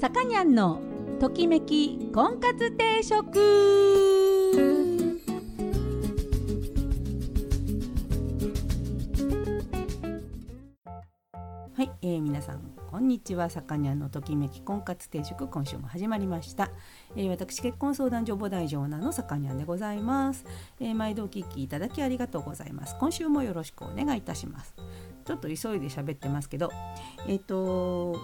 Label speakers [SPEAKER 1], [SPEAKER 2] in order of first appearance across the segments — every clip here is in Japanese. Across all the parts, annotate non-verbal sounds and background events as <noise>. [SPEAKER 1] さかにゃんのときめき婚活定食
[SPEAKER 2] はい、えー、皆さんこんにちはさかにゃんのときめき婚活定食今週も始まりました、えー、私結婚相談所母大女女のさかにゃんでございます、えー、毎度お聞きいただきありがとうございます今週もよろしくお願いいたしますちょっと急いで喋ってますけどえっ、と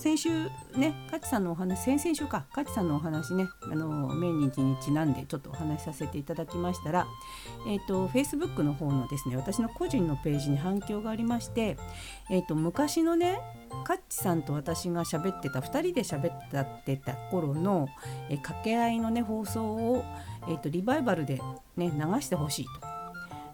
[SPEAKER 2] 先週ねかちさんのお話先々週かかちさんのお話ねあの命日にちなんでちょっとお話しさせていただきましたらえっ、と Facebook の方のですね私の個人のページに反響がありましてえー、と昔のねカッチさんと私が喋ってた2人で喋ってた頃の、えー掛け合いのね放送を、えー、とリバイバルで、ね、流してほしいと。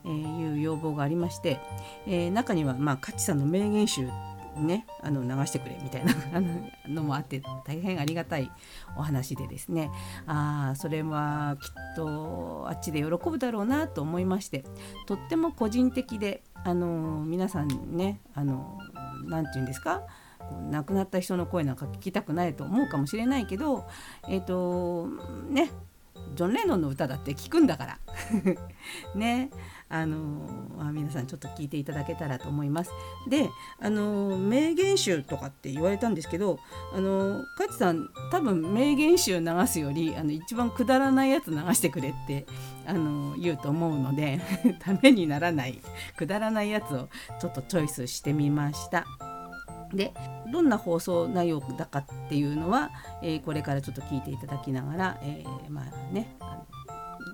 [SPEAKER 2] えーいう要望がありまして、えー中には、まあ、カッチさんの名言集ね、あの流してくれみたいなあののもあって大変ありがたいお話でですねあーそれはきっとあっちで喜ぶだろうなと思いましてとっても個人的で、あのー皆さんね、あのーなんて言うんですかこう亡くなった人の声なんか聞きたくないと思うかもしれないけどえっ、とねジョン・レノンの歌だって聞くんだからねあのーまあ、皆さんちょっと聞いていただけたらと思います。で、あのー名言集とかって言われたんですけど、あのー、勝さん多分名言集流すよりあの一番くだらないやつ流してくれってあの言うと思うので <laughs> ためにならないくだらないやつをちょっとチョイスしてみました。でどんな放送内容だかっていうのは、えーこれからちょっと聞いていただきながら、えーまあねあの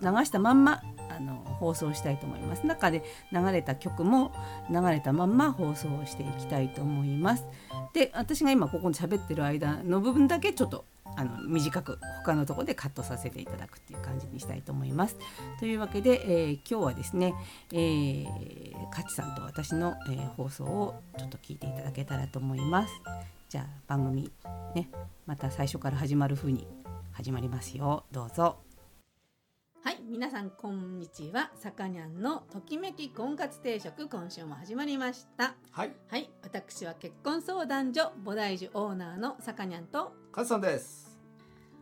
[SPEAKER 2] 流したまんまあの放送したいと思います中で流れた曲も流れたまんま放送をしていきたいと思いますで私が今ここで喋ってる間の部分だけちょっとあの短く他のところでカットさせていただくっていう感じにしたいと思いますというわけで、えー今日はですね、えー、カチさんと私の、えー放送をちょっと聞いていただけたらと思いますじゃあ番組ねまた最初から始まる風に始まりますよどうぞ
[SPEAKER 1] はい皆さんこんにちはさかにゃんのときめき婚活定食今週も始まりました
[SPEAKER 3] はい、
[SPEAKER 1] はい私は結婚相談所菩提樹オーナーのさかにゃんと
[SPEAKER 3] カズさんです。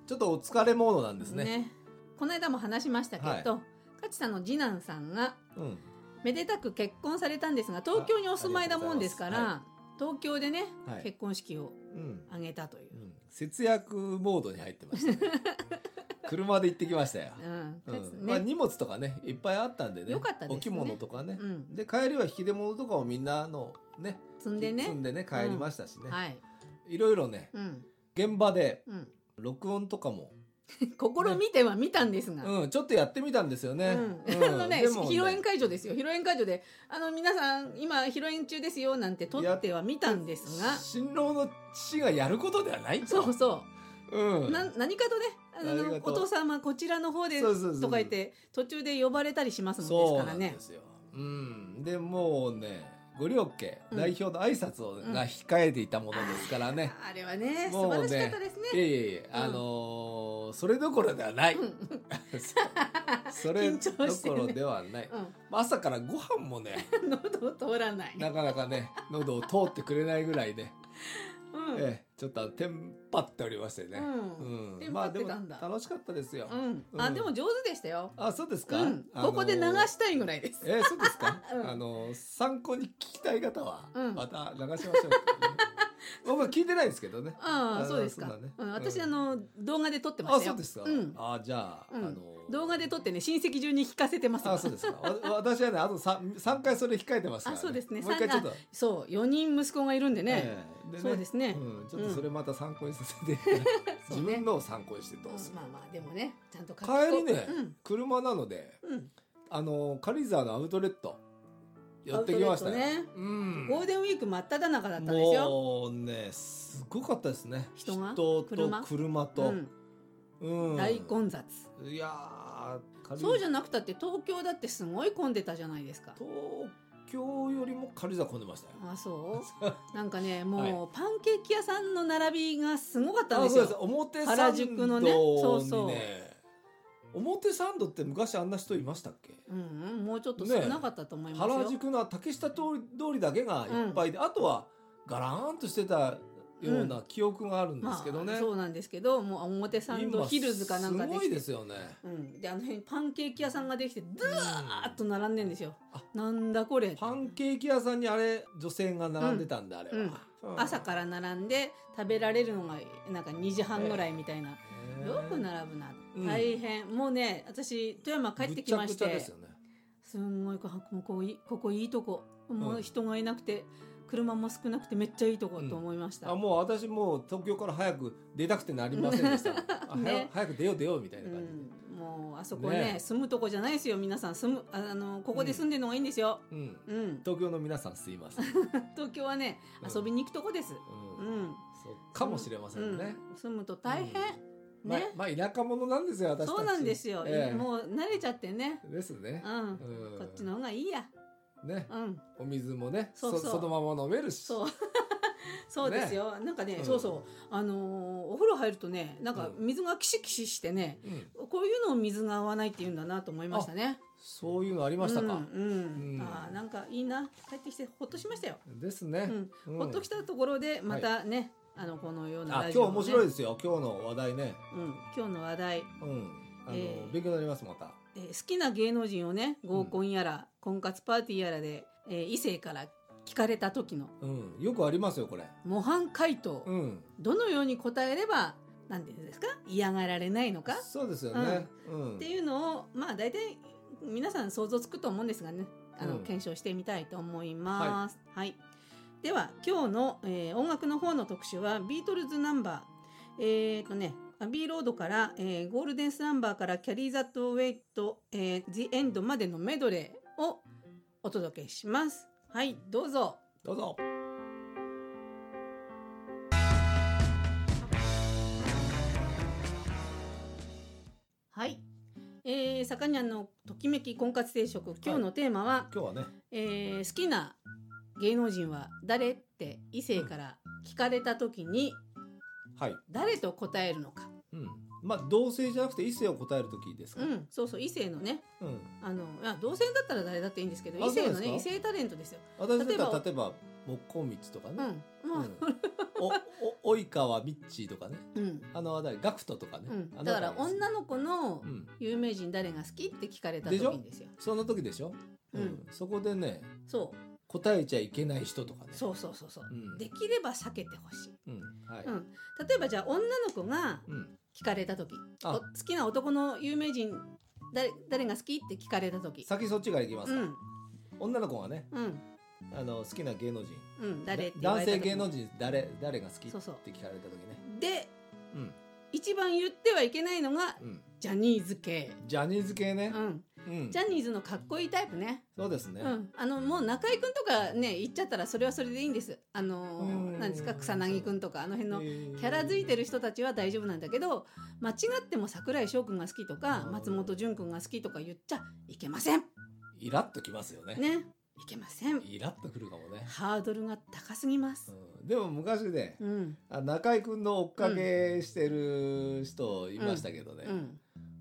[SPEAKER 3] ちょっとお疲れモードなんですね。
[SPEAKER 1] この間も話しましたけど、かちさんの次男さんが
[SPEAKER 3] うん、
[SPEAKER 1] めでたく結婚されたんですが東京にお住まいだもんですから
[SPEAKER 3] ああ
[SPEAKER 1] 東京でね、
[SPEAKER 3] はい
[SPEAKER 1] 結婚式を
[SPEAKER 3] うん、
[SPEAKER 1] 挙げたという
[SPEAKER 3] う、ん、節約モードに入ってました
[SPEAKER 1] <laughs>
[SPEAKER 3] ね。車で行ってきましたよ。
[SPEAKER 1] うん
[SPEAKER 3] う
[SPEAKER 1] かつ
[SPEAKER 3] ん、
[SPEAKER 1] ね
[SPEAKER 3] まあ荷物とかね、いっぱいあったんでね。
[SPEAKER 1] よかったですね
[SPEAKER 3] お着物とかね
[SPEAKER 1] う。ん、
[SPEAKER 3] で帰りは引き出物とかをみんなあのね、
[SPEAKER 1] 積んでね
[SPEAKER 3] 積んでね帰りましたしね。
[SPEAKER 1] はい、
[SPEAKER 3] い、ろいろね、
[SPEAKER 1] うん
[SPEAKER 3] 現場で
[SPEAKER 1] うん、
[SPEAKER 3] 録音とかも、
[SPEAKER 1] <laughs> 試みては見たんですが、
[SPEAKER 3] うん、ちょっとやってみたんですよね。
[SPEAKER 1] うん、あのね
[SPEAKER 3] でも
[SPEAKER 1] 披露宴会場ですよ披露宴会場で「あの皆さん今披露宴中ですよ」なんて撮っては見たんですが
[SPEAKER 3] 新郎の父がやることではないと。。
[SPEAKER 1] そうそうう、
[SPEAKER 3] うん。
[SPEAKER 1] な何かとねあ
[SPEAKER 3] 何
[SPEAKER 1] の
[SPEAKER 3] か
[SPEAKER 1] お
[SPEAKER 3] と
[SPEAKER 1] 父様こちらの方で
[SPEAKER 3] そうそうそうそう
[SPEAKER 1] とか言って途中で呼ばれたりしますもんですからね
[SPEAKER 3] そうなんですよ。うん。で、もうね、五稜家
[SPEAKER 1] うん
[SPEAKER 3] 代表の挨拶を、
[SPEAKER 1] うん
[SPEAKER 3] が控えていたものですからね。
[SPEAKER 1] あれはね素
[SPEAKER 3] もう
[SPEAKER 1] 晴ら
[SPEAKER 3] ね
[SPEAKER 1] しかったですね
[SPEAKER 3] いえいえいえ、
[SPEAKER 1] ん
[SPEAKER 3] あのーそれどころではない。
[SPEAKER 1] うん
[SPEAKER 3] <laughs> それ
[SPEAKER 1] 緊
[SPEAKER 3] ど
[SPEAKER 1] 張して
[SPEAKER 3] こ
[SPEAKER 1] るね
[SPEAKER 3] ろではない。
[SPEAKER 1] うん
[SPEAKER 3] まあ朝からご飯もね、
[SPEAKER 1] 喉を通らない、
[SPEAKER 3] なかなかね、喉を通ってくれないぐらいね、
[SPEAKER 1] うん
[SPEAKER 3] ええちょっとテンパっておりましてね。
[SPEAKER 1] う
[SPEAKER 3] うんん。
[SPEAKER 1] テン
[SPEAKER 3] ま
[SPEAKER 1] パ
[SPEAKER 3] あ
[SPEAKER 1] っ
[SPEAKER 3] で
[SPEAKER 1] て
[SPEAKER 3] も
[SPEAKER 1] たんだ
[SPEAKER 3] 楽しかったですよ。
[SPEAKER 1] うん
[SPEAKER 3] う
[SPEAKER 1] あ
[SPEAKER 3] ん
[SPEAKER 1] でも上手でしたよ、
[SPEAKER 3] あ、そうですか、
[SPEAKER 1] うん、
[SPEAKER 3] あのー
[SPEAKER 1] ここで流したいぐらいです、。
[SPEAKER 3] えー、そうですか
[SPEAKER 1] <laughs> うん
[SPEAKER 3] あの参考に聞きたい方は
[SPEAKER 1] うん
[SPEAKER 3] また流しま
[SPEAKER 1] <laughs>
[SPEAKER 3] しょうかね、僕は聞いてないですけどね。
[SPEAKER 1] あ
[SPEAKER 3] あ
[SPEAKER 1] あ
[SPEAKER 3] ー
[SPEAKER 1] そうですか
[SPEAKER 3] そうだね
[SPEAKER 1] うん、私、
[SPEAKER 3] うん
[SPEAKER 1] あの動画で撮ってま
[SPEAKER 3] あ、
[SPEAKER 1] したよ
[SPEAKER 3] そうですか。
[SPEAKER 1] ん、
[SPEAKER 3] あ、じゃあ、
[SPEAKER 1] うん
[SPEAKER 3] あの
[SPEAKER 1] 動画で撮ってね親戚中に聞かせてます
[SPEAKER 3] あ、そうですか。わ私はね、あと三三回それ控えてますから、ね。
[SPEAKER 1] あそうですね
[SPEAKER 3] もう一回ち
[SPEAKER 1] 三
[SPEAKER 3] ょっと。
[SPEAKER 1] そう4人息子がいるんでね、
[SPEAKER 3] ええ
[SPEAKER 1] そうですね
[SPEAKER 3] うん、ちょっとそれまた参考にさ
[SPEAKER 1] <laughs>
[SPEAKER 3] せて、自分のを参考にしてどうす
[SPEAKER 1] うん
[SPEAKER 3] る。
[SPEAKER 1] まあまあでもねちゃんと
[SPEAKER 3] 帰りね
[SPEAKER 1] うん
[SPEAKER 3] 車なので、
[SPEAKER 1] うん
[SPEAKER 3] あの軽井沢のアウトレット寄ってきました
[SPEAKER 1] アウ
[SPEAKER 3] よ。
[SPEAKER 1] トレットね
[SPEAKER 3] うん。
[SPEAKER 1] ゴールデンウィーク真っ只中だったんですよ。
[SPEAKER 3] もうねすごかったですね
[SPEAKER 1] 人が
[SPEAKER 3] と
[SPEAKER 1] 車
[SPEAKER 3] 車と、
[SPEAKER 1] う
[SPEAKER 3] うんん
[SPEAKER 1] 大混雑、
[SPEAKER 3] いやー軽井
[SPEAKER 1] そうじゃなくたって東京だってすごい混んでたじゃないですか。
[SPEAKER 3] 東京よりも軽井沢混んでましたよ
[SPEAKER 1] あ
[SPEAKER 3] <laughs>
[SPEAKER 1] そうなんかねもうパンケーキ屋さんの並びがすごかったん
[SPEAKER 3] あ
[SPEAKER 1] です
[SPEAKER 3] そう
[SPEAKER 1] よ。
[SPEAKER 3] です表参道に、ね、
[SPEAKER 1] 原宿のねそうそう
[SPEAKER 3] 表参道って昔あんな人いましたっけ
[SPEAKER 2] うんうん、もうちょっと少なかったと思いますよ。
[SPEAKER 3] 原宿の竹下通り通りだけがいっぱいで、あとはガラーンとしてたような記憶があるんですけどね、
[SPEAKER 2] まあ、そうなんですけど、もう表参道ヒルズかなんかです
[SPEAKER 3] 今
[SPEAKER 2] き
[SPEAKER 3] ごい
[SPEAKER 2] て
[SPEAKER 3] ですよね
[SPEAKER 2] うん、であの辺パンケーキ屋さんができてずーっと並んでんですよ
[SPEAKER 3] あ。
[SPEAKER 2] なんだこれ。
[SPEAKER 3] パンケーキ屋さんにあれ女性が並んでたんだ、あれは、うん
[SPEAKER 2] 朝から並んで食べられるのがなんか2時半ぐらいみたいな。
[SPEAKER 3] へえ
[SPEAKER 2] よく並ぶな
[SPEAKER 3] う。ん
[SPEAKER 2] 大変。もうね、私富山帰ってきまし
[SPEAKER 3] ぐちゃぐ
[SPEAKER 2] て
[SPEAKER 3] ちゃです、よね
[SPEAKER 2] すんごいこここいいここいいとこ。も
[SPEAKER 3] う
[SPEAKER 2] うん人がいなくて。車も少なくてめっちゃいいとこと思いました。
[SPEAKER 3] あもう私もう東京から早く出たくてなりません
[SPEAKER 2] <laughs>
[SPEAKER 3] でした、あ
[SPEAKER 2] ね
[SPEAKER 3] 早早く出よう出ようみたいな感じで
[SPEAKER 2] うん、もうあそこね
[SPEAKER 3] ねえ
[SPEAKER 2] 住むとこじゃないですよ皆さん住むああのここで住んでるのがいいんですよ、
[SPEAKER 3] うん、
[SPEAKER 2] うん、
[SPEAKER 3] 東京の皆さんす
[SPEAKER 2] <laughs>
[SPEAKER 3] いません、うん
[SPEAKER 2] 東京はね遊びに行くとこです、うん
[SPEAKER 3] そうかもしれませんね、
[SPEAKER 2] うん住むと大変、
[SPEAKER 3] うん
[SPEAKER 2] ね
[SPEAKER 3] まあまあ田舎者なんですよ私たち
[SPEAKER 2] そうなんですよ、
[SPEAKER 3] ええ
[SPEAKER 2] もう慣れちゃってね
[SPEAKER 3] ですね
[SPEAKER 2] う、ん、
[SPEAKER 3] うん
[SPEAKER 2] こっちの方がいいや
[SPEAKER 3] ね
[SPEAKER 2] うん
[SPEAKER 3] お水もね
[SPEAKER 2] そうそう
[SPEAKER 3] そのまま飲めるし
[SPEAKER 2] そうそうですよ、なんかね、
[SPEAKER 3] うん
[SPEAKER 2] そうそうあのーお風呂入るとねなんか
[SPEAKER 3] うん
[SPEAKER 2] 水がキシキシしてね、
[SPEAKER 3] うん
[SPEAKER 2] こういうのを水が合わないって言うんだなと思いましたね
[SPEAKER 3] そういうのありましたか、
[SPEAKER 2] うん、うん
[SPEAKER 3] うん
[SPEAKER 2] あーなんかいいな帰ってきてほっとしましたよ、
[SPEAKER 3] ですね、
[SPEAKER 2] う、
[SPEAKER 3] うんん
[SPEAKER 2] ほっときたところでまたね、あのこのような
[SPEAKER 3] あ
[SPEAKER 2] ラジ
[SPEAKER 3] 今
[SPEAKER 2] オ
[SPEAKER 3] 日
[SPEAKER 2] も
[SPEAKER 3] 面
[SPEAKER 2] ね、
[SPEAKER 3] 白いですよ今日の話題ね
[SPEAKER 2] うん、今日の話題、
[SPEAKER 3] うんあの、
[SPEAKER 2] ええ
[SPEAKER 3] 勉強になりますまた
[SPEAKER 2] えー好きな芸能人をね合コンやら、婚活パーティーやらで、えー異性から聞かれた時の
[SPEAKER 3] うんよくありますよこれ
[SPEAKER 2] 模範回答、
[SPEAKER 3] うん
[SPEAKER 2] どのように答えればなんていうんですか嫌がられないのか、
[SPEAKER 3] そうですよね、うん
[SPEAKER 2] っていうのをまあ大体皆さん想像つくと思うんですがねあの、
[SPEAKER 3] うん
[SPEAKER 2] 検証してみたいと思います。はい、では今日の、えー音楽の方の特集はビートルズナンバーえっ、とねアビーロードから、えーゴールデンスナンバーからキャリー・ザット・ウェイト、えー、ジ・エンドまでのメドレーをお届けします。はい、どうぞ。
[SPEAKER 3] どうぞ
[SPEAKER 2] はい。えー、さかにゃんのときめき婚活定食、今日のテーマは、
[SPEAKER 3] 今日はね
[SPEAKER 2] えー好きな芸能人は誰って異性から聞かれた時に
[SPEAKER 3] はい、
[SPEAKER 2] 誰と答えるのか、
[SPEAKER 3] うん、まあ同性じゃなくて異性を答える時ですか
[SPEAKER 2] う、ん、そうそう異性のね
[SPEAKER 3] うん
[SPEAKER 2] あのいや同性だったら誰だっていいんですけど
[SPEAKER 3] あ
[SPEAKER 2] 異性の
[SPEAKER 3] そう
[SPEAKER 2] ね異
[SPEAKER 3] ですか
[SPEAKER 2] 性タレントですよ。
[SPEAKER 3] 私だっ
[SPEAKER 2] 例
[SPEAKER 3] た
[SPEAKER 2] えば
[SPEAKER 3] ら例えば木工道とか
[SPEAKER 2] うん、
[SPEAKER 3] ね、
[SPEAKER 2] まあ、
[SPEAKER 3] おお及川みっちーとかね
[SPEAKER 2] うん、
[SPEAKER 3] あのあだガクトとかね、
[SPEAKER 2] うん
[SPEAKER 3] あの
[SPEAKER 2] だから
[SPEAKER 3] 辺りです
[SPEAKER 2] 女の子の
[SPEAKER 3] うん、
[SPEAKER 2] 有名人誰が好きって聞かれた
[SPEAKER 3] で
[SPEAKER 2] 時
[SPEAKER 3] しょ
[SPEAKER 2] にですよ。
[SPEAKER 3] その時でしょ、
[SPEAKER 2] うん
[SPEAKER 3] そこでね
[SPEAKER 2] そう
[SPEAKER 3] 答えちゃいけない人とかね
[SPEAKER 2] そうそうそうそう、
[SPEAKER 3] うん
[SPEAKER 2] できれば避けてほしい。
[SPEAKER 3] うんはい、
[SPEAKER 2] うん例えばじゃあ女の子が
[SPEAKER 3] うん
[SPEAKER 2] 聞かれた時お
[SPEAKER 3] あ
[SPEAKER 2] 好きな男の有名人誰誰が好きって聞かれた時
[SPEAKER 3] 先そっちからいきます
[SPEAKER 2] う
[SPEAKER 3] か、
[SPEAKER 2] ん
[SPEAKER 3] 女の子がね
[SPEAKER 2] うん
[SPEAKER 3] あの好きな芸能人
[SPEAKER 2] うん、誰って言わ
[SPEAKER 3] 男
[SPEAKER 2] れた
[SPEAKER 3] 性
[SPEAKER 2] 時
[SPEAKER 3] 芸能人誰誰が好き
[SPEAKER 2] そうそう
[SPEAKER 3] って聞かれた時ね
[SPEAKER 2] で
[SPEAKER 3] うん
[SPEAKER 2] 一番言ってはいけないのが
[SPEAKER 3] うん
[SPEAKER 2] ジャニーズ系、
[SPEAKER 3] ジャニーズ系
[SPEAKER 2] う
[SPEAKER 3] ね、
[SPEAKER 2] ん、
[SPEAKER 3] うん
[SPEAKER 2] ジャニーズのかっこいいタイプね
[SPEAKER 3] そうですね、
[SPEAKER 2] うん、あのもう中居君とかね言っちゃったらそれはそれでいいんですあの
[SPEAKER 3] う
[SPEAKER 2] ー
[SPEAKER 3] ん
[SPEAKER 2] なんですか草薙君とかあの辺の
[SPEAKER 3] えー
[SPEAKER 2] キャラ付いてる人たちは大丈夫なんだけど間違っても櫻井翔君が好きとか
[SPEAKER 3] うん
[SPEAKER 2] 松本潤君が好きとか言っちゃいけません
[SPEAKER 3] イラッときますよね
[SPEAKER 2] ねいけません
[SPEAKER 3] イラッとくるかもね、
[SPEAKER 2] ハードルが高すぎます
[SPEAKER 3] うん、でも昔ね、
[SPEAKER 2] うん
[SPEAKER 3] あ中居君の追っかけしてる人いましたけどね、
[SPEAKER 2] うん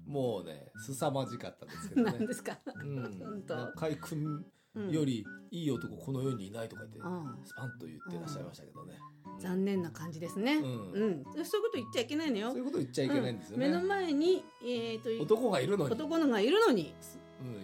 [SPEAKER 3] もうね凄まじかったですけど
[SPEAKER 2] な
[SPEAKER 3] ね
[SPEAKER 2] んですか <laughs>
[SPEAKER 3] うん、
[SPEAKER 2] 当
[SPEAKER 3] 中居君
[SPEAKER 2] うん
[SPEAKER 3] よりいい男この世にいないとか言って、
[SPEAKER 2] うん
[SPEAKER 3] スパンと言ってらっしゃいましたけどね、うん
[SPEAKER 2] 残念な感じですね。う
[SPEAKER 3] うんん、
[SPEAKER 2] そういうこと言っちゃいけないのよ。
[SPEAKER 3] そういうこと言っちゃいけないんですよね、
[SPEAKER 2] うん目の前に、えー、と
[SPEAKER 3] 男がいるのに、
[SPEAKER 2] 男のがいるのに、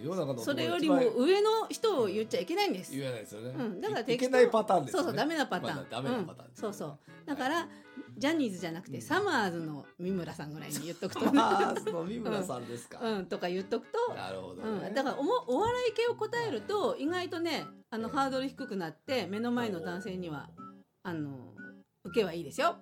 [SPEAKER 3] うん、世の中の男
[SPEAKER 2] そ
[SPEAKER 3] が
[SPEAKER 2] れよ
[SPEAKER 3] 一
[SPEAKER 2] りも
[SPEAKER 3] 番
[SPEAKER 2] 上の人を言っちゃいけないんです。
[SPEAKER 3] 言えないですよね、
[SPEAKER 2] うんだから
[SPEAKER 3] いい
[SPEAKER 2] 適
[SPEAKER 3] け
[SPEAKER 2] 当
[SPEAKER 3] ないパターンです
[SPEAKER 2] そ
[SPEAKER 3] よ
[SPEAKER 2] う
[SPEAKER 3] ね
[SPEAKER 2] そうダメなパターン。
[SPEAKER 3] まだダメなパターン
[SPEAKER 2] うん
[SPEAKER 3] です
[SPEAKER 2] そ
[SPEAKER 3] よね
[SPEAKER 2] うそう。だから、ジャニーズじゃなくて、
[SPEAKER 3] うん
[SPEAKER 2] サマーズの三村さんぐらいに言っとくと、
[SPEAKER 3] <laughs> ああ、野見村さんですか。
[SPEAKER 2] うんとか言っとくと、
[SPEAKER 3] なるほど、ね
[SPEAKER 2] うん、だからおもお笑い系を答えると意外とねあの
[SPEAKER 3] ええ
[SPEAKER 2] ハードル低くなって目の前の男性にはあの受けはいいですよ。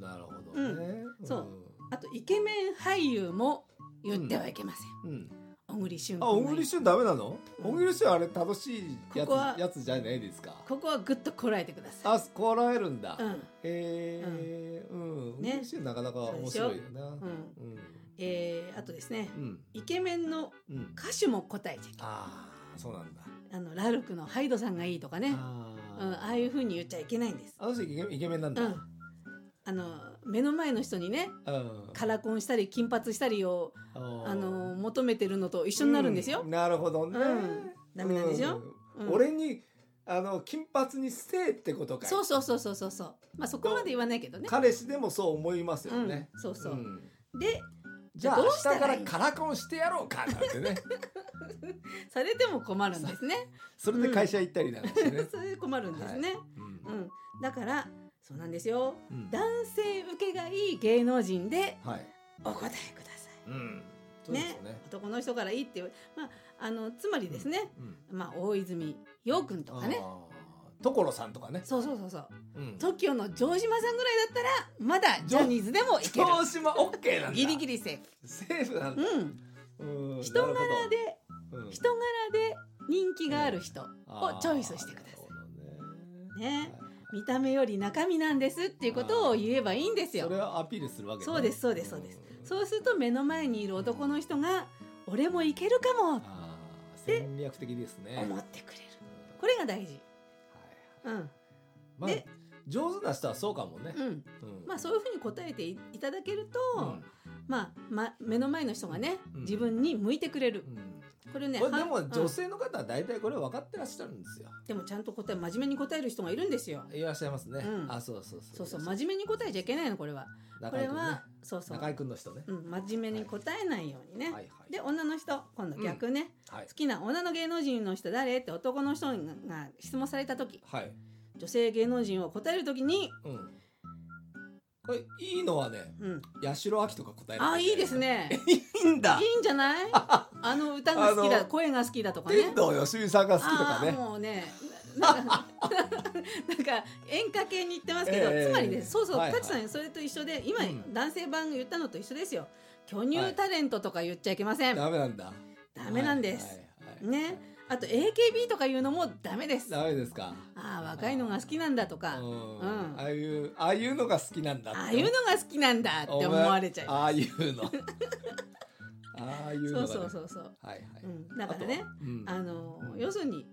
[SPEAKER 3] なるほどね。
[SPEAKER 2] んそうあとイケメン俳優も言ってはいけません。
[SPEAKER 3] うん。うん。
[SPEAKER 2] 小栗旬
[SPEAKER 3] あ、小栗旬ダメなの？
[SPEAKER 2] うん
[SPEAKER 3] 小栗旬あれ楽しいや
[SPEAKER 2] こ
[SPEAKER 3] つ
[SPEAKER 2] こは
[SPEAKER 3] やつじゃないですか。
[SPEAKER 2] ここはぐっとこらえてください。
[SPEAKER 3] あ、こらえるんだ。
[SPEAKER 2] うん、
[SPEAKER 3] へえ、うん。
[SPEAKER 2] ね
[SPEAKER 3] 小栗旬なかなか面白いよな。
[SPEAKER 2] う、
[SPEAKER 3] うんん。
[SPEAKER 2] えー、あとですね、
[SPEAKER 3] うん。
[SPEAKER 2] イケメンの
[SPEAKER 3] うん。
[SPEAKER 2] 歌手も答えちゃいけな
[SPEAKER 3] ああ、そうなんだ。
[SPEAKER 2] い。あのラルクのハイドさんがいいとかね、
[SPEAKER 3] あ
[SPEAKER 2] うん、ああいう風に言っちゃいけないんです。
[SPEAKER 3] あ。あの人イケメンイケメンなん
[SPEAKER 2] う
[SPEAKER 3] だ。
[SPEAKER 2] ん、あの目の前の人にね
[SPEAKER 3] うん
[SPEAKER 2] カラコンしたり金髪したりをあの求めてるのと一緒になるんですよ。
[SPEAKER 3] うなるほどね、
[SPEAKER 2] うんダメなんでしょ
[SPEAKER 3] うん
[SPEAKER 2] うん
[SPEAKER 3] 俺にあの金髪にせえってことかい
[SPEAKER 2] そうそうそうそうそうそう。まあそこまで言わないけどね。
[SPEAKER 3] 彼氏でもそう思いますよね、
[SPEAKER 2] うん、そうそう。
[SPEAKER 3] ん
[SPEAKER 2] で
[SPEAKER 3] じゃあ
[SPEAKER 2] ど
[SPEAKER 3] 明
[SPEAKER 2] う
[SPEAKER 3] 日
[SPEAKER 2] したら
[SPEAKER 3] から
[SPEAKER 2] いい
[SPEAKER 3] カラコンしてやろうかなん
[SPEAKER 2] <laughs>
[SPEAKER 3] てね
[SPEAKER 2] されても困るんですね。
[SPEAKER 3] それで会社行ったりなんかしてね、
[SPEAKER 2] <laughs> それで困るんですね。
[SPEAKER 3] うん
[SPEAKER 2] うん。だからそうなんですよ。
[SPEAKER 3] うん
[SPEAKER 2] 男性受けがいい芸能人で
[SPEAKER 3] はい、
[SPEAKER 2] お答えくださ
[SPEAKER 3] うん、
[SPEAKER 2] い。
[SPEAKER 3] そうですよね
[SPEAKER 2] 男の人からいいっていうまああのつまりですね、
[SPEAKER 3] うん
[SPEAKER 2] まあ大泉洋君とかね。
[SPEAKER 3] あー所さんとかね、
[SPEAKER 2] そうそうそうそう。
[SPEAKER 3] うん、
[SPEAKER 2] 東京の城島さんぐらいだったらまだジャニーズでもいける。
[SPEAKER 3] 東島オッケーなんだ
[SPEAKER 2] ギリギ
[SPEAKER 3] リ
[SPEAKER 2] リセーフ。
[SPEAKER 3] セーフなん
[SPEAKER 2] う
[SPEAKER 3] だ、
[SPEAKER 2] ん。
[SPEAKER 3] うん、
[SPEAKER 2] 人柄
[SPEAKER 3] なるほど
[SPEAKER 2] で
[SPEAKER 3] うん
[SPEAKER 2] 人柄で人気がある人をチョイスしてくださ
[SPEAKER 3] あー
[SPEAKER 2] い。
[SPEAKER 3] な
[SPEAKER 2] ね
[SPEAKER 3] るほどね。はい
[SPEAKER 2] 見た目より中身なんですっていうことを言えばいいんですよ
[SPEAKER 3] それ。をアピールするわけ、ね、
[SPEAKER 2] そうですそうですそうです
[SPEAKER 3] ん
[SPEAKER 2] そうすると目の前にいる男の人が「俺もいけるかも!」と
[SPEAKER 3] あー戦略的ですね
[SPEAKER 2] 思
[SPEAKER 3] はい
[SPEAKER 2] ってくれる。これが大事。うん
[SPEAKER 3] まあ
[SPEAKER 2] で
[SPEAKER 3] 上手な人はそうかもね、
[SPEAKER 2] うん、
[SPEAKER 3] うん
[SPEAKER 2] まあそういうふうに答えていただけると、
[SPEAKER 3] うん
[SPEAKER 2] まあ、ま目の前の人がね
[SPEAKER 3] うん
[SPEAKER 2] 自分に向いてくれる
[SPEAKER 3] う、ん
[SPEAKER 2] これね
[SPEAKER 3] これで
[SPEAKER 2] は
[SPEAKER 3] も
[SPEAKER 2] ん
[SPEAKER 3] 女性の方は大体これ分かってらっしゃるんですよ。
[SPEAKER 2] でもちゃんと答え真面目に答える人がいるんですよ
[SPEAKER 3] いらっしゃいますね。
[SPEAKER 2] うん
[SPEAKER 3] あ、そうそうそ
[SPEAKER 2] そう
[SPEAKER 3] う。
[SPEAKER 2] そう真面目に答えちゃいけないのこれはこ
[SPEAKER 3] 中井
[SPEAKER 2] れ
[SPEAKER 3] 君ね
[SPEAKER 2] はそうそう
[SPEAKER 3] 中井君の人ね。
[SPEAKER 2] うん、真面目に答えないようにね。
[SPEAKER 3] はいはい。
[SPEAKER 2] で、女の人、今度逆ね、
[SPEAKER 3] はい
[SPEAKER 2] 好。きな女の芸能人の人誰って男の人が質問された時、
[SPEAKER 3] はい。
[SPEAKER 2] 女性芸能人を答える時に、
[SPEAKER 3] うん。これいいのはね、
[SPEAKER 2] うん、
[SPEAKER 3] 八代亜紀とか答える。
[SPEAKER 2] あ、いいです。ね。
[SPEAKER 3] いいんだ。
[SPEAKER 2] いいんじゃ
[SPEAKER 3] <laughs>
[SPEAKER 2] ないあの歌が好き
[SPEAKER 3] あ
[SPEAKER 2] だ、
[SPEAKER 3] の
[SPEAKER 2] 声が好きだとかね。
[SPEAKER 3] 天童よしみさんが好きとか
[SPEAKER 2] あー
[SPEAKER 3] ね。
[SPEAKER 2] もうね、ななんかなんか演歌系に言ってますけど、
[SPEAKER 3] ええ
[SPEAKER 2] つまりです、そうそう、
[SPEAKER 3] はいはい
[SPEAKER 2] 舘さん、それと一緒で、今、
[SPEAKER 3] うん
[SPEAKER 2] 男性版言ったのと一緒ですよ。巨乳タレントとか言っちゃいけません。
[SPEAKER 3] ダメなんだ。
[SPEAKER 2] ダメなんです。
[SPEAKER 3] はい。はい
[SPEAKER 2] ね。あと AKB とかいうのもダメです。あ
[SPEAKER 3] ダメですか。
[SPEAKER 2] あ若いのが好きなんだとか
[SPEAKER 3] う、ん
[SPEAKER 2] うん
[SPEAKER 3] ああいうああいうのが好きなんだって
[SPEAKER 2] ああいうのが好きなんだって思われちゃい
[SPEAKER 3] お前あ
[SPEAKER 2] ま
[SPEAKER 3] あいうのああいう
[SPEAKER 2] す。
[SPEAKER 3] の
[SPEAKER 2] そ
[SPEAKER 3] が
[SPEAKER 2] う
[SPEAKER 3] ね
[SPEAKER 2] そうそうそう。
[SPEAKER 3] はいはい、
[SPEAKER 2] うんだからね
[SPEAKER 3] あとうん
[SPEAKER 2] あの
[SPEAKER 3] うん
[SPEAKER 2] 要するに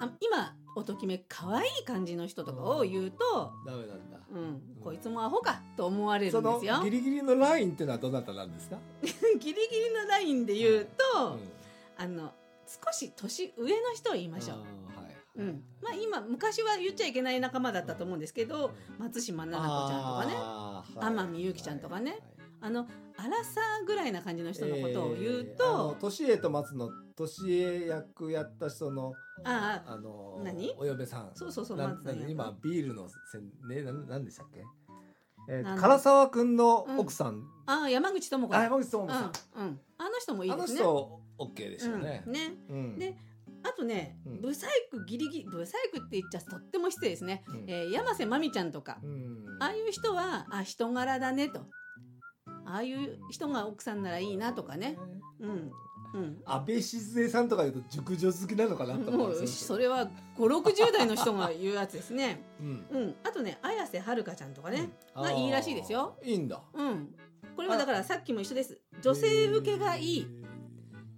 [SPEAKER 2] あのあ今おときめ可愛い感じの人とかを言うと、
[SPEAKER 3] ダメなんだ
[SPEAKER 2] うん、こいつもアホかと思われる
[SPEAKER 3] そ
[SPEAKER 2] んで
[SPEAKER 3] の
[SPEAKER 2] すよ。ギ
[SPEAKER 3] ギ
[SPEAKER 2] リ
[SPEAKER 3] リギリのラインってのはどなたなんですか、
[SPEAKER 2] ギリのラインで言うと、
[SPEAKER 3] うん
[SPEAKER 2] あの少し年上の人を言いましょう。
[SPEAKER 3] あーはい
[SPEAKER 2] うん、まあ今昔は言っちゃいけない仲間だったと思うんですけど松島菜々子ちゃんとかね
[SPEAKER 3] あー
[SPEAKER 2] 天海祐希ちゃんとかね
[SPEAKER 3] はいはい
[SPEAKER 2] あのアラサーぐらいな感じの人のことを言う
[SPEAKER 3] えーあの
[SPEAKER 2] と、
[SPEAKER 3] 年恵と松の年恵役やった人の
[SPEAKER 2] ああ
[SPEAKER 3] あの
[SPEAKER 2] 何
[SPEAKER 3] お嫁さん
[SPEAKER 2] そうそうそう
[SPEAKER 3] な
[SPEAKER 2] 松さん
[SPEAKER 3] な
[SPEAKER 2] や
[SPEAKER 3] 今ビールのせんねなんなんでしたっけ、え
[SPEAKER 2] なん
[SPEAKER 3] ー、
[SPEAKER 2] だ
[SPEAKER 3] 唐沢くんの奥さん、
[SPEAKER 2] ああ山口智子
[SPEAKER 3] あ
[SPEAKER 2] さん、
[SPEAKER 3] 山口智
[SPEAKER 2] うん
[SPEAKER 3] 子
[SPEAKER 2] う
[SPEAKER 3] さ
[SPEAKER 2] ん、
[SPEAKER 3] ん、
[SPEAKER 2] あの人もいい
[SPEAKER 3] あの
[SPEAKER 2] ですね。
[SPEAKER 3] 人オッケーでしたね
[SPEAKER 2] う、ん、ね
[SPEAKER 3] うん
[SPEAKER 2] であとね、
[SPEAKER 3] うん
[SPEAKER 2] ブサイクギリギリブサイクって言っちゃとっても失礼ですね、
[SPEAKER 3] うん
[SPEAKER 2] えー山瀬まみちゃんとか、
[SPEAKER 3] うん
[SPEAKER 2] ああいう人はあ人柄だねとああいう人が奥さんならいいなとかねうんうん。
[SPEAKER 3] 安倍静江さんとか言うと熟女好きなのかなと思
[SPEAKER 2] も
[SPEAKER 3] うん
[SPEAKER 2] う
[SPEAKER 3] ですよ
[SPEAKER 2] それは560代の人が言うやつですね。
[SPEAKER 3] うん
[SPEAKER 2] うん、あとね綾瀬はるかちゃんとかね、
[SPEAKER 3] うん
[SPEAKER 2] が
[SPEAKER 3] あー
[SPEAKER 2] いいらしいですよ
[SPEAKER 3] いいんだ
[SPEAKER 2] うん、これはだからさっきも一緒です女性受けがい
[SPEAKER 3] へ
[SPEAKER 2] い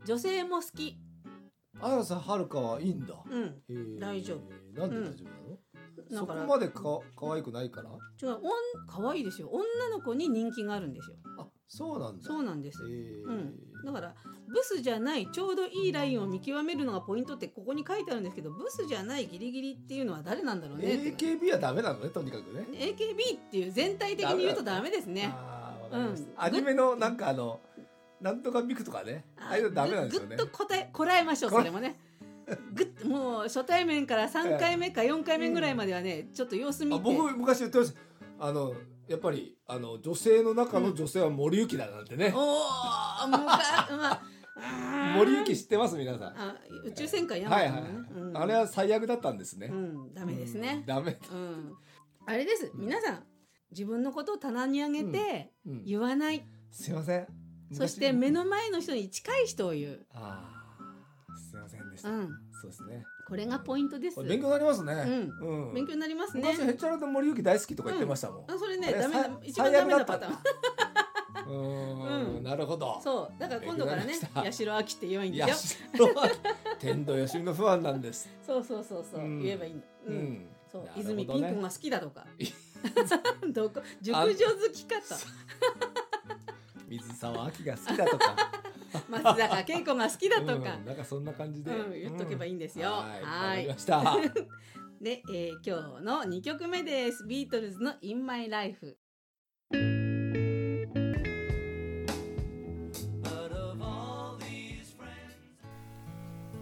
[SPEAKER 2] 女性も好き、
[SPEAKER 3] ー綾瀬はるかはいいんだ
[SPEAKER 2] うん、
[SPEAKER 3] へー
[SPEAKER 2] 大丈
[SPEAKER 3] なんで大丈夫なの、
[SPEAKER 2] だ
[SPEAKER 3] そ
[SPEAKER 2] か
[SPEAKER 3] こ
[SPEAKER 2] ら
[SPEAKER 3] までか可愛くないから
[SPEAKER 2] 違うおん可愛いですよ女の子に人気があるんですよ
[SPEAKER 3] あそうなんだ
[SPEAKER 2] そうなんです
[SPEAKER 3] へー
[SPEAKER 2] うんだからブスじゃないちょうどいいラインを見極めるのがポイントってここに書いてあるんですけどブスじゃないギリギリっていうのは誰なんだろうねって
[SPEAKER 3] AKB はダメなのねとにかくね
[SPEAKER 2] AKB っていう全体的に言うとダメですね
[SPEAKER 3] あーわかりまし
[SPEAKER 2] うん
[SPEAKER 3] たアニメのなんかあのなんとかミクとかねああいうのダメなんですよ
[SPEAKER 2] ぐ
[SPEAKER 3] ね
[SPEAKER 2] ぐっとこたえこらえましょう
[SPEAKER 3] こら
[SPEAKER 2] それもねぐっもう初対面から3回目か4回目ぐらいまではねちょっと様子見
[SPEAKER 3] あ
[SPEAKER 2] て
[SPEAKER 3] 僕昔言ってましたあのやっぱりあの女性の中の女性は森行だなんてね、
[SPEAKER 2] おおむかまああー
[SPEAKER 3] 森行知ってます皆さん
[SPEAKER 2] あ宇宙戦艦ヤマ
[SPEAKER 3] は
[SPEAKER 2] ト
[SPEAKER 3] い
[SPEAKER 2] の
[SPEAKER 3] はい、
[SPEAKER 2] ね、うん
[SPEAKER 3] あれは最悪だったんですね、
[SPEAKER 2] うんダメです
[SPEAKER 3] う
[SPEAKER 2] ね
[SPEAKER 3] んダメ
[SPEAKER 2] うん、あれです
[SPEAKER 3] うん
[SPEAKER 2] 皆さん自分のことを棚に上げて
[SPEAKER 3] うん
[SPEAKER 2] 言わない、
[SPEAKER 3] すいません昔
[SPEAKER 2] そして目の前の人に近い人を言う、
[SPEAKER 3] あーすいませんでした、
[SPEAKER 2] うん、
[SPEAKER 3] そうですね
[SPEAKER 2] これがポイントです
[SPEAKER 3] これ勉強になりますね
[SPEAKER 2] う
[SPEAKER 3] うん、
[SPEAKER 2] 勉強になりますね
[SPEAKER 3] 昔へっちゃらと森行大好きとか言ってましたもん、
[SPEAKER 2] あそれね
[SPEAKER 3] あれ
[SPEAKER 2] ダメだ
[SPEAKER 3] さ
[SPEAKER 2] 一番ダメなパターン
[SPEAKER 3] 最悪うーん
[SPEAKER 2] うん
[SPEAKER 3] なるほど
[SPEAKER 2] そうだから今度からね
[SPEAKER 3] 勉強になりま
[SPEAKER 2] 八代亜紀って言えばいいん
[SPEAKER 3] い
[SPEAKER 2] で
[SPEAKER 3] や
[SPEAKER 2] すよ
[SPEAKER 3] 天童よしみの不安なんです
[SPEAKER 2] そうそうそうそう、
[SPEAKER 3] うん
[SPEAKER 2] 言えばいいの、
[SPEAKER 3] う、
[SPEAKER 2] うんそう、
[SPEAKER 3] なるほどね
[SPEAKER 2] 泉ピン子が好きだとか <laughs> どこ熟女好きかと
[SPEAKER 3] 水沢明が好きだとか
[SPEAKER 2] 松坂慶子が好きだとか
[SPEAKER 3] うん、なんかそんな感じで、
[SPEAKER 2] うん言っとけばいいんですよ
[SPEAKER 3] うん
[SPEAKER 2] は
[SPEAKER 3] はいいわかりました。
[SPEAKER 2] で、えー今日の2曲目ですビートルズの「In My Life」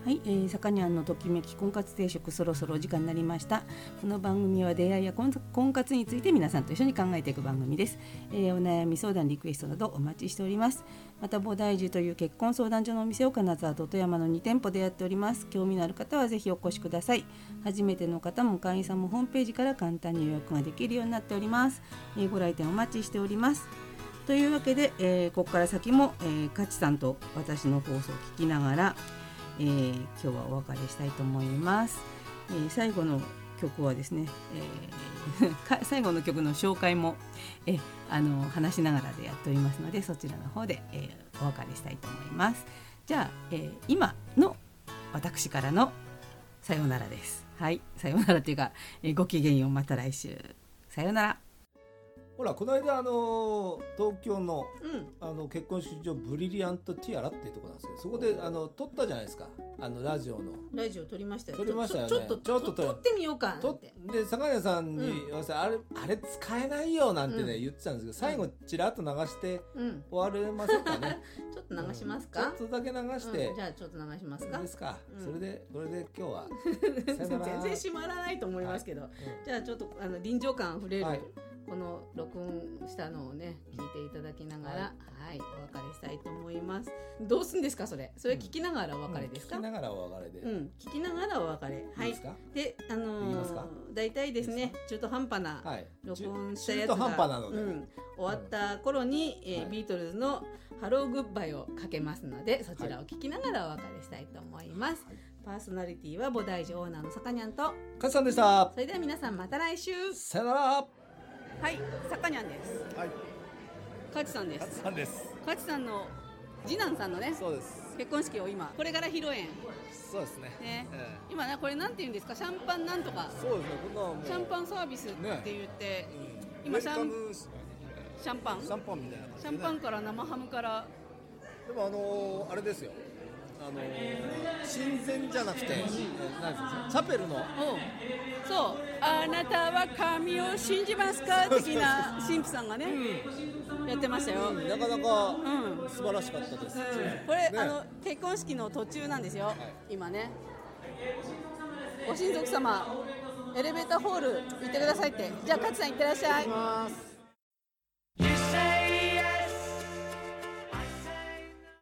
[SPEAKER 4] はい、えー、さかにゃんのときめき婚活定食そろそろお時間になりましたこの番組は出会いや婚婚活について皆さんと一緒に考えていく番組です、えーお悩み相談リクエストなどお待ちしておりますまた菩提樹という結婚相談所のお店を金沢と富山の2店舗でやっております興味のある方はぜひお越しください初めての方も会員さんもホームページから簡単に予約ができるようになっております、えーご来店お待ちしておりますというわけで、えーここから先も、えー、かちさんと私の放送を聞きながらえー今日はお別れしたいと思います、えー最後の曲はですね、えー <laughs> か最後の曲の紹介も、えーあの話しながらでやっておりますのでそちらの方で、えーお別れしたいと思いますじゃあ、えー今の私からのさようならですはいさようならというか、えーごきげんようまた来週さようなら
[SPEAKER 3] ほらこの間あの東京の
[SPEAKER 2] うん
[SPEAKER 3] あの結婚式場ブリリアントティアラっていうところなんですけどそこであの撮ったじゃないですかあのラジオの。
[SPEAKER 2] ラジオ撮りましたよ
[SPEAKER 3] 撮りましたよね
[SPEAKER 2] ちょちょっ
[SPEAKER 3] ちょ
[SPEAKER 2] と
[SPEAKER 3] っと
[SPEAKER 2] 撮ってみようかなん
[SPEAKER 3] と
[SPEAKER 2] て
[SPEAKER 3] で坂根さんに
[SPEAKER 2] うん
[SPEAKER 3] 言わせて、あれあれ使えないよなんてね、
[SPEAKER 2] うん
[SPEAKER 3] 言ってたんですけど最後ちらっと流して
[SPEAKER 2] うん
[SPEAKER 3] 終われませんかね
[SPEAKER 2] ちょっと <laughs> 流しますか、
[SPEAKER 3] ちょっとだけ流して、
[SPEAKER 2] うんじゃあちょっと流しますか
[SPEAKER 3] ですか、
[SPEAKER 2] うん
[SPEAKER 3] それでこれで今日は、
[SPEAKER 2] <laughs> 全
[SPEAKER 3] さよなら
[SPEAKER 2] 然閉まらないと思いますけど、じゃあちょっとあの臨場感あふれる、
[SPEAKER 3] はい
[SPEAKER 2] この録音したのをね聞いていただきながらはい、お別れしたいと思いますどうすんですかそれそれ聞きながらお別れですか、
[SPEAKER 3] う
[SPEAKER 2] うん
[SPEAKER 3] 聞き
[SPEAKER 2] ん
[SPEAKER 3] ながらお別れで、
[SPEAKER 2] 聞きながらお別れはい
[SPEAKER 3] い
[SPEAKER 2] い
[SPEAKER 3] ですか
[SPEAKER 2] であ
[SPEAKER 3] 言い
[SPEAKER 2] の
[SPEAKER 3] ます
[SPEAKER 2] ー
[SPEAKER 3] か、
[SPEAKER 2] 大体です
[SPEAKER 3] いい
[SPEAKER 2] ね
[SPEAKER 3] で
[SPEAKER 2] 中途半端な、
[SPEAKER 3] はい
[SPEAKER 2] 録音したやつ
[SPEAKER 3] 中
[SPEAKER 2] が
[SPEAKER 3] 途半端なので、
[SPEAKER 2] うん、終わった頃に、えー
[SPEAKER 3] はい
[SPEAKER 2] ビートルズの「ハローグッバイ」をかけますのでそちらを聞きながらお別れしたいと思います、
[SPEAKER 3] はい
[SPEAKER 2] パーソナリティは菩提寺オーナーのさかにゃんと
[SPEAKER 3] カツさんでした
[SPEAKER 2] それでは皆さんまた来週
[SPEAKER 3] さよなら
[SPEAKER 2] はいさかにゃんです
[SPEAKER 3] はい
[SPEAKER 2] かちさんで
[SPEAKER 3] カ
[SPEAKER 2] す
[SPEAKER 3] ツさんです
[SPEAKER 2] かちさんの次男さんのね
[SPEAKER 3] そうです
[SPEAKER 2] 結婚式を今これから披露宴
[SPEAKER 3] そうですね
[SPEAKER 2] ね
[SPEAKER 3] ええ
[SPEAKER 2] 今ねこれなんて言うんですかシャンパンなんとか
[SPEAKER 3] そうですねこんなもう
[SPEAKER 2] シャンパンサービスって言って、今
[SPEAKER 3] ウェルカム
[SPEAKER 2] シャンパン
[SPEAKER 3] シ
[SPEAKER 2] シ
[SPEAKER 3] ャンパンみたいな感じ
[SPEAKER 2] ャンパンから生ハムから
[SPEAKER 3] でもあのーあれですよあのー親善じゃなくて、えーなんですかチャペルの
[SPEAKER 2] おうそうあなたは神を信じますか的な神父さんがね、やってましたよ、うん
[SPEAKER 3] なかな
[SPEAKER 2] う
[SPEAKER 3] か
[SPEAKER 2] ん
[SPEAKER 3] 素晴らしかったです、
[SPEAKER 2] これ、
[SPEAKER 3] ね
[SPEAKER 2] あの結婚式の途中なんですよ、今ねご親族様エレベーターホール行ってくださいってじゃあ勝さん行ってらっしゃい
[SPEAKER 3] ます